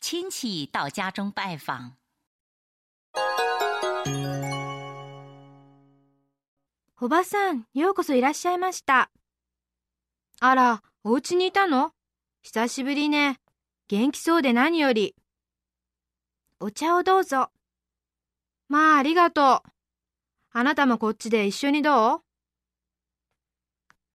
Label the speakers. Speaker 1: 亲戚到家中拜访。
Speaker 2: おばさん、ようこそいらっしゃいました。あら、お家にいたの久しぶりね。元気そうで何より。お茶をどうぞ。まあ、ありがとう。あなたもこっちで一緒にどう